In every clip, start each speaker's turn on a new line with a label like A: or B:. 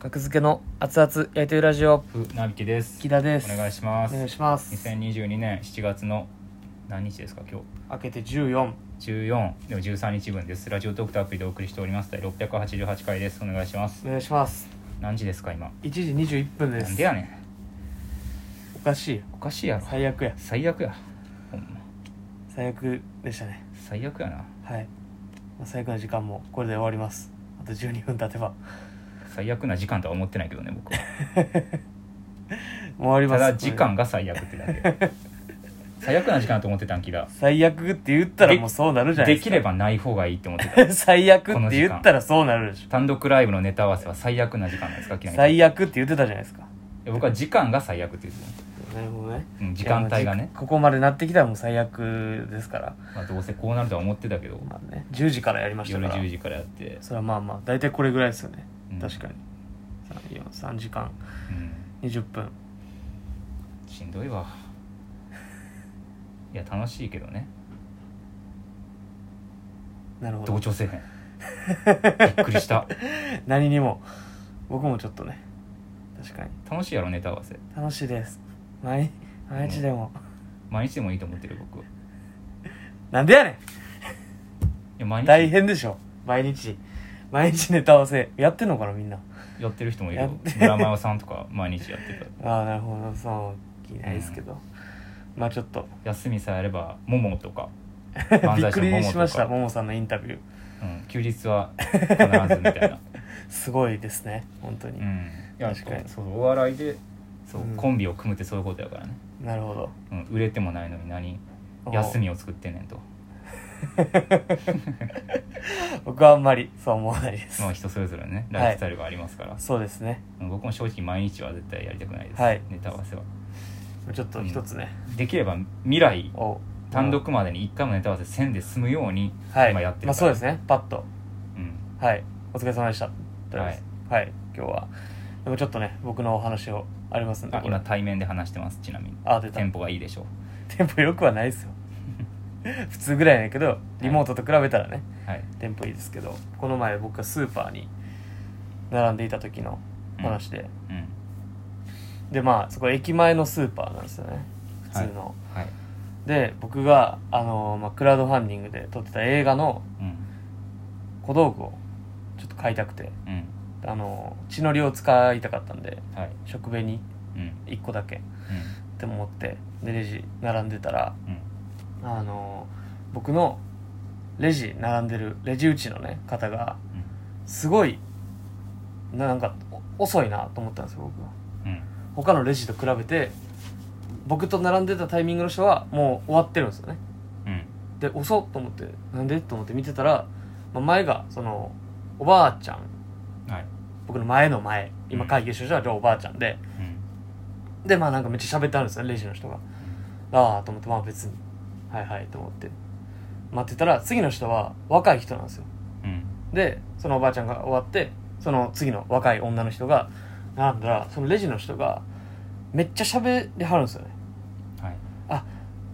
A: 格付けの熱々焼いてるラジオ
B: ふなびきです
A: 木田です
B: お願いします
A: お願いします
B: 2022年7月の何日ですか今
A: 明けて14
B: 日14でも13日分ですラジオトークとアプリでお送りしております第688回ですお願いします
A: お願いします
B: 何時ですか今
A: 1時21分で
B: な
A: す
B: んでやね
A: お
B: ん
A: かしいよ
B: おかしいやろ
A: 最悪や
B: 最悪やほんま
A: 最悪でしたね
B: 最悪やな
A: はい、まあ、最悪の時間もこれで終わりますあと12分経てば
B: 最悪な時間とは思ってないけどね僕は
A: もう終わり
B: た
A: ます
B: だ時間が最悪ってだけ最悪な時間だと思ってたん気だ
A: 最悪って言ったらもうそうなるじゃない
B: で
A: です
B: き
A: か
B: ればない方がいいって思って た
A: 最悪って言ったらそうなるでし
B: 単独ライブのネタ合わせは最悪な時間なんですか
A: ょ
B: 嫌い
A: 最悪って言ってたじゃないですか
B: 僕は時間が最悪って言ってた
A: なるほどね
B: うん時間帯がね
A: いやまあじここまでなってきたらもう最悪ですから、
B: まあ、どうせこうなるとは思ってたけど
A: まあね、10時からやりましたか
B: 夜
A: ら
B: 10時からやって、
A: それはまあまあ大体これぐらいですよね、
B: うん
A: 確かに3時間
B: うん、
A: 20分
B: しんどいわいや楽しいけどね
A: なるほ
B: 同
A: ど
B: 調せえへんびっくりした
A: 何にも僕もちょっとね確かに
B: 楽しいやろネタ合わせ
A: 楽しいです毎毎日でも、
B: 毎日でもいいと思ってる僕い
A: なんでやね
B: や毎
A: ん大
B: 日
A: 変でしょ毎日毎日ネタ合わせやってんのかなみんな
B: やってる人もいる
A: や
B: よ
A: って
B: 村前さんとか毎日やってた
A: ああなるほどそう気ないですけど、まあちょっと
B: 休みさえあればももとか
A: び
B: 漫
A: っ
B: 才
A: く
B: 師のも
A: り
B: も
A: しま
B: と
A: した
B: か、
A: ももさんのインタビュー
B: うん、休日は必ずみた いな、
A: すごいですね本当
B: う
A: に、
B: ん、いや
A: 確かに
B: そうお笑いでそう、
A: うん
B: コンビを組むってそういうことやからね、
A: なるほど
B: うん、売れてもないのに何 休みを作ってんねんと
A: 僕はあんまりそう思わないです、
B: まあ人それぞれね
A: はい
B: ライフスタイルがありますから、
A: そうですね
B: 僕も正直毎日は絶対やりたくないです、
A: はい
B: ネタ合わせは
A: ちょっと一つね、
B: できれば未来
A: お
B: 単独までに1回もネタ合わせせんで済むように
A: はい
B: 今やってるから、
A: まあそうですねパッと
B: うん
A: はいお疲れ様でしたとりあえずはい、今日はでもちょっとね僕のお話をありますんで
B: あ
A: これ
B: 今対面で話してますちなみに
A: あ出た
B: テンポがいいでしょ
A: テンポ良くはないですよ 普通ぐらいやけどリモートと比べたらね、
B: う はい、
A: テンポいいですけどこの前僕がスーパーに並んでいた時の話で、
B: うん
A: でまあそこ駅前のスーパーなんですよね普通の、
B: はい
A: で僕があのーまあ、クラウドファンディングで撮ってた映画の
B: うん
A: 小道具をちょっと買いたくて
B: うん
A: あのー血のりを使いたかったんで
B: はい
A: 食紅に
B: うんうん
A: 1個だけって思ってでレジ並んでたら
B: うん
A: あのー僕のレジ並んでるレジ打ちのね方がすごいななんかお遅いなと思ったんですよ僕は
B: うん
A: 他のレジと比べて僕と並んでたタイミングの人はもう終わってるんですよね
B: うん
A: で遅っと思ってなんでと思って見てたら、まあ、前がそのおばあちゃん
B: うんはい
A: 僕の前の前今
B: うん
A: 会議所じゃおばあちゃんで
B: うん
A: でまあなんかめっちゃ喋ってあるんですよレジの人がああと思ってまあ別にはいはいと思って待ってたら次の人は若い人なんですよ
B: うん
A: でそのおばあちゃんが終わってその次の若い女の人がなんだらそのレジの人がめっちゃ喋りはるんですよね
B: はい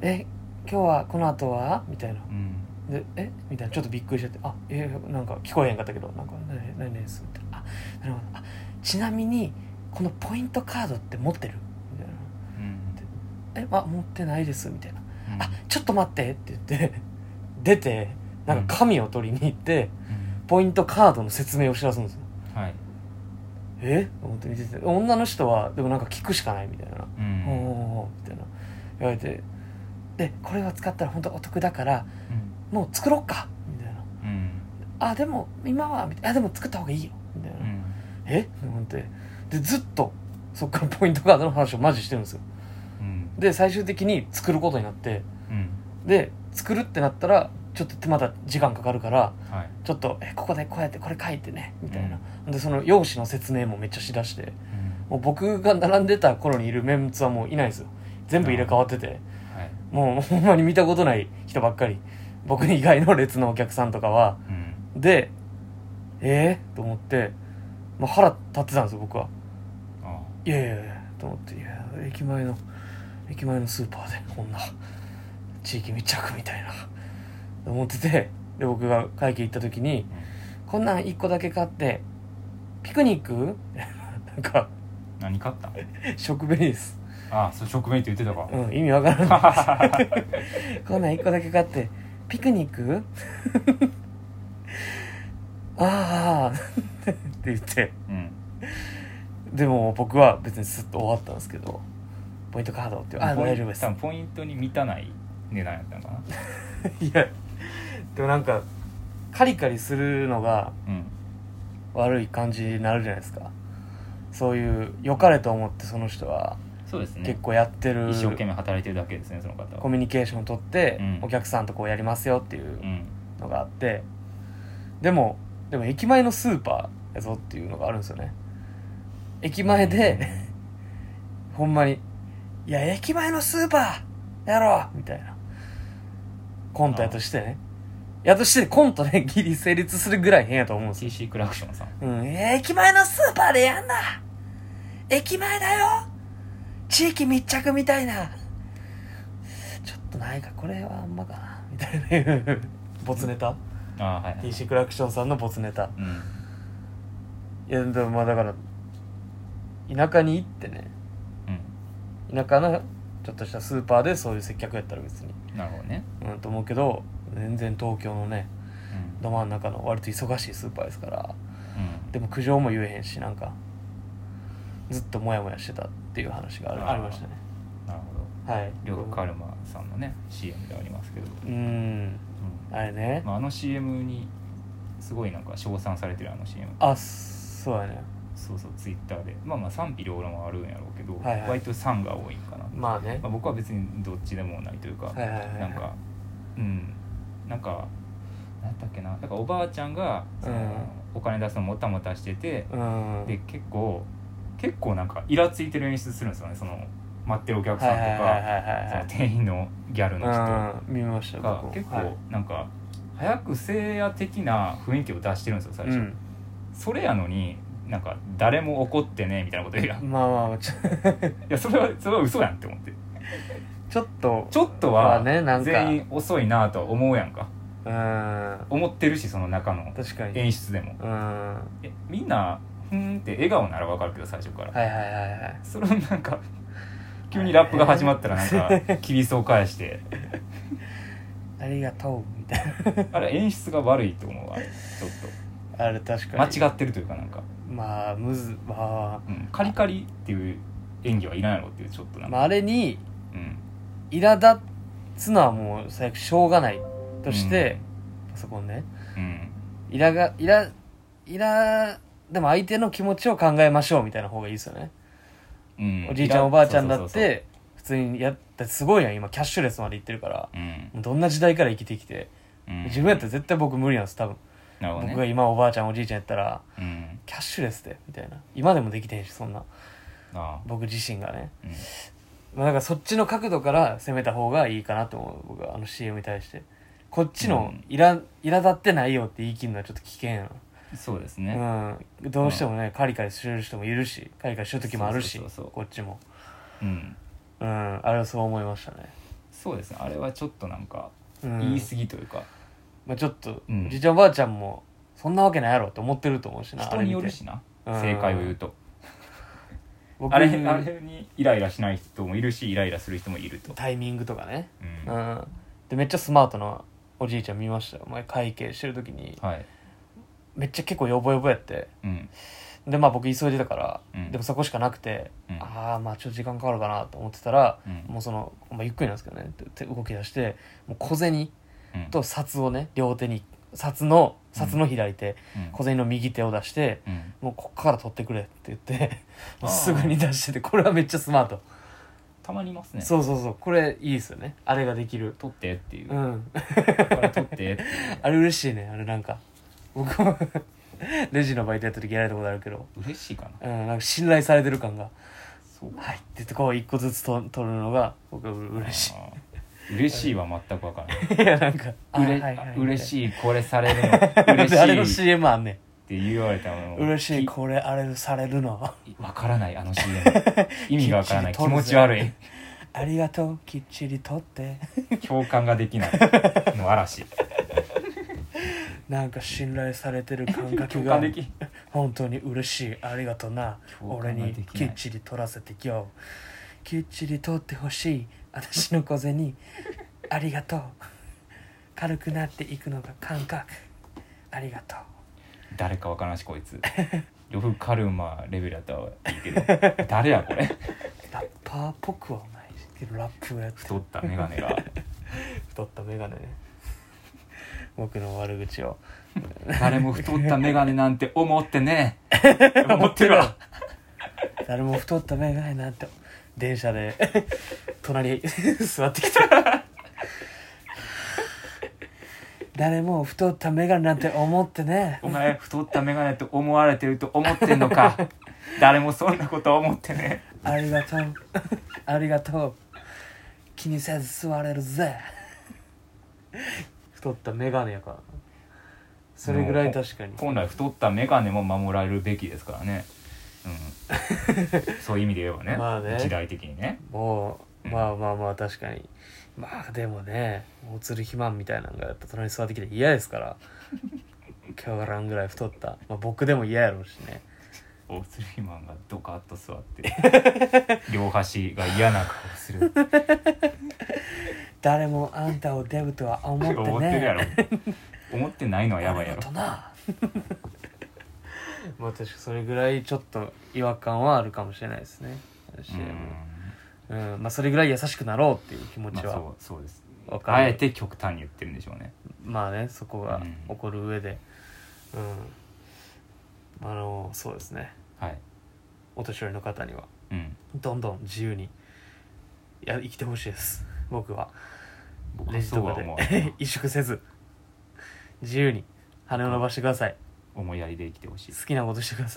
A: え今日はこの後はみたいな
B: うん
A: でえみたいなちょっとびっくりしちゃって「あえなんか聞こえへんかったけどなんか何何何です」みたいな「あなるほどあちなみにこのポイントカードって持ってる?」みたいな
B: う
A: 「
B: ん
A: えま持ってないです」みたいな
B: う
A: 「
B: ん
A: あちょっと待って」って言って 出てなんか紙を取りに行って、ポイントカードの説明をしだすんですよ
B: うんはい
A: えと思って見てて女の人はでもなんか聞くしかないみたいな
B: う
A: 「おーおー
B: ん
A: おーみたいな言われてでこれは使ったら本当お得だからもう作ろっかみたいな
B: うん
A: あでも今はみたいなあでも作った方がいいよみたいな、
B: うん
A: えなんてでずっとそっから ポイントカードの話をマジしてるんですよ
B: うん
A: で最終的に作ることになって
B: うん
A: で作るってなったらちょっとまた時間かかるから
B: はい
A: ちょっとえここでこうやってこれ書いてねみたいな、でその用紙の説明もめっちゃしだして
B: うん
A: もう僕が並んでた頃にいるメンツはもういないんですよ全部入れ替わってて
B: はい
A: もうほんまに見たことない人ばっかり僕以外の列のお客さんとかは
B: うん
A: でえー、と思って、まあ、腹立ってたんですよ僕は
B: あ
A: いやいやいやと思っていや駅前の駅前のスーパーでこんな地域密着みたいなと思っててで僕が会計行った時に「こんなん1個だけ買ってピクニック? なんか
B: 何買ったん
A: 食紅です
B: あそう食紅って言ってたか
A: うん意味わからんこんなん1個だけ買ってピクニック ああ って言って
B: うん
A: でも僕は別にスッと終わったんですけどポイントカードっていうああ
B: ポイン
A: 大丈夫です
B: 多分ポイントに満たない値段やったのかない
A: やでもなんかカリカリするのが
B: うん
A: 悪い感じになるじゃないですかそういう良かれと思ってその人は
B: そうですね
A: 結構やってる、
B: 一生懸命働いてるだけですねその方
A: コ
B: は
A: ミュニケーションを取って、
B: うん
A: お客さんとこうやりますよっていう
B: うん
A: のがあってでもでも駅前のスーパーやぞっていうのがあるんですよね駅前で、ほんまに「いや駅前のスーパーやろ!」みたいなコントやとしてねやとしてコントね ギリ成立するぐらい変やと思うんですよ
B: TC クラクションさん
A: うん、駅前のスーパーでやんな駅前だよ地域密着みたいなちょっとないかこれはあんまかなみたいな ボツネタ
B: ああはいはい
A: TC クラクションさんのボツネタ
B: うん
A: いやでもまあだから田舎に行ってね
B: う
A: 田舎のちょっとしたスーパーでそういう接客やったら別に
B: んなるほどね
A: うんと思うけど全然東京のね
B: うん
A: ど真ん中の割と忙しいスーパーですから
B: うん
A: でも苦情も言えへんしなんかずっとモヤモヤしてたっていう話がある
B: あー
A: ありましたね
B: なるほど
A: はい
B: リョウカルマさんのね CM でありますけど、
A: うーん
B: うん
A: あれね
B: まあ、あの CM にすごいなんか称賛されてるあの CM
A: あそうやね
B: そうそうツイッターでまあまあ賛否両論はあるんやろうけど、
A: はいはい
B: 割と賛が多いんかな、
A: まあね
B: まあ、僕は別にどっちでもないというか、
A: はいはいはいはい
B: なんかうんなんかなんだっけななんかおばあちゃんがその、お金出すのもたもたしてて、
A: うん
B: で結構結構なんかイラついてる演出するんですよねその待ってるお客さんとか、
A: はいはいはいはい
B: そ
A: は
B: の店員のギャルの人
A: いうん見ましたよ
B: が
A: 僕も
B: 結
A: は
B: 構
A: い
B: なんか、早くせいや的な雰囲気を出してるんですよ最
A: う
B: 初、
A: ん
B: それやのになんか誰も怒ってねみたいなこと言うやん い
A: まあまあまあちょ
B: やそれはそれは嘘やんって思って
A: ちょっと
B: ちょっと
A: まあ
B: は
A: ねなんか
B: 全員遅いなとは思うやんか
A: うん
B: 思ってるしその中の
A: 確かに
B: 演出でも
A: うんは
B: えみんなふーんって笑顔ならわかるけど最初から、
A: いはいはいはい
B: それをなん か急にラップが始まったらなんかきびそを返して
A: ありがとうみたい
B: あれ演出が悪いと思うわちょっ
A: なあれ確かに
B: と間違ってるというかなんか
A: まあむずま
B: うん、カリカリっていう演技はいらんやろっていうちょっとな
A: あ
B: ん
A: ま
B: か、
A: ああれに
B: うん、
A: 苛立つのはもう最悪しょうがないとして、パソコンね
B: うん、
A: イラがイライラでも相手の気持ちを考えましょうみたいな方がいいですよね、
B: うん
A: おじいちゃんおばあちゃんだっ
B: そうそうそう
A: て普通にやってすごいやん今キャッシュレスまで行ってるから
B: そううん
A: もうどんな時代から生きてきて
B: うん
A: 自分やったら絶対僕無理なんです多分、
B: なるほどね
A: 僕が今おばあちゃんおじいちゃんやったら
B: うん
A: キャッシュレスでみたいな今でもできてへんしそんな
B: ああ
A: 僕自身がね
B: うん
A: まあ、なんかそっちの角度から攻めた方がいいかなと思う僕はあの CM に対してこっちの
B: うん
A: いら、苛立ってないよって言い切るのはちょっと危険やな
B: そうですね、
A: うん、どうしてもね、カリカリする人もいるしカリカリする時もあるし
B: そうそうそうそう
A: こっちも
B: うん
A: うんあれはそう思いましたね、
B: そうですねあれはちょっとなんか
A: うん、
B: 言い過ぎというか、
A: まあ、ちょっと、
B: うん
A: おじいちゃんおばあちゃんもそんなわけないやろって思ってると思うしな
B: 人によるしな
A: あれ見て
B: 正解を言うと、
A: 僕
B: あれあれにイライラしない人もいるしイライラする人もいると、
A: タイミングとかね
B: うん
A: うん、でめっちゃスマートなおじいちゃん見ましたよ前会計してる時に
B: はい
A: めっちゃ結構ヨボヨボやって
B: うん
A: でまあ僕急いでたから、
B: うん
A: でもそこしかなくて、
B: うん
A: ああまあちょっと時間かかるかなと思ってたら、
B: うん
A: もうその、まあ、ゆっくりなんですけどねって動き出してもう小銭
B: うん
A: と札をね両手に札の札の左手、
B: うん
A: 小銭の右手を出して
B: うん
A: もうこっから取ってくれって言って
B: あー
A: もう すぐに出しててこれはめっちゃスマート、
B: たまにいますね
A: そうそうそうこれいいですよねあれができる
B: 取ってっていう、
A: う
B: こ
A: ん
B: れ取ってっていう
A: あれ嬉しいねあれなんか僕も レジのバイトやった時やられたことあるけど
B: 嬉しいかな
A: うん、なんか信頼されてる感が
B: そう
A: 「はい」って言ってこう一個ずつと取るのが僕は嬉し
B: あー嬉しいは全く分からない
A: いいや なんか
B: うれ、嬉しいこれされるの 嬉し
A: あれの
B: いっ
A: CM あんね
B: て言われたも
A: ん
B: の
A: 嬉しいこれあれされるの
B: 分からないあの CM 意味が分からない
A: きっちり
B: 気
A: 取るぜ
B: 持ち悪い
A: ありがとうきっちり取って
B: 共感ができないの嵐
A: なんか信頼されてる感覚
B: 共
A: が
B: 感できん
A: ほ本当に嬉しいありがとな
B: 共
A: 俺
B: 感が
A: に
B: でき
A: き
B: ない
A: っちり取らせてよきっちり取ってほしい私の小銭 ありがとう軽くなっていくのが感覚ありがとう
B: 誰かわからんしこいつ呂布カルマレベルやったらいいけど誰やこれ
A: ラッパーっぽくはないけどラップをやって
B: 太った眼鏡が
A: 太った眼鏡ね僕の悪口を
B: 誰も太った眼鏡なんて思ってね思ってるわ
A: 誰も太った眼鏡なんて電車で隣座ってきた誰も太った眼鏡なんて思ってね
B: お前太った眼鏡と思われてると思ってんの か誰もそんなこと思ってね
A: ありがとうありがとう気にせず座れるぜ太った眼鏡やからなそれぐらい確かに
B: 本来太った眼鏡も守られるべきですからね、 うん、そういう意味で言えばね,、
A: まあね
B: 時代的にね
A: もう
B: うん
A: まあまあまあ確かにまあでもねおつる肥満みたいなのが隣に座ってきて嫌ですから 今日らんぐらい太った、まあ、僕でも嫌やろうしね
B: オースリーマンがドカッと座って 両端が嫌な顔する
A: 誰もあんたをデブとは思ってね
B: 思ってるやろ思ってないのはやばい
A: あ
B: やろ
A: りがとな まあ確かにそれぐらいちょっと違和感はあるかもしれないですね私
B: うん
A: うん、まあそれぐらい優しくなろうっていう気持
B: まあ
A: ちは
B: そうそうです
A: わかる
B: あえて極端に言ってるんでしょうね
A: まあねそこが
B: うん
A: 起こる上でうんあのそうですね
B: はい
A: お年寄りの方には
B: うん
A: どんどん自由にいや生きてほしいです僕は
B: 僕
A: レ
B: は
A: ジ
B: そ
A: と
B: う
A: か
B: は
A: で
B: 思う
A: 萎縮せず自由に羽を伸ばしてください
B: 思いやりで生きてほしい
A: 好きなことしてください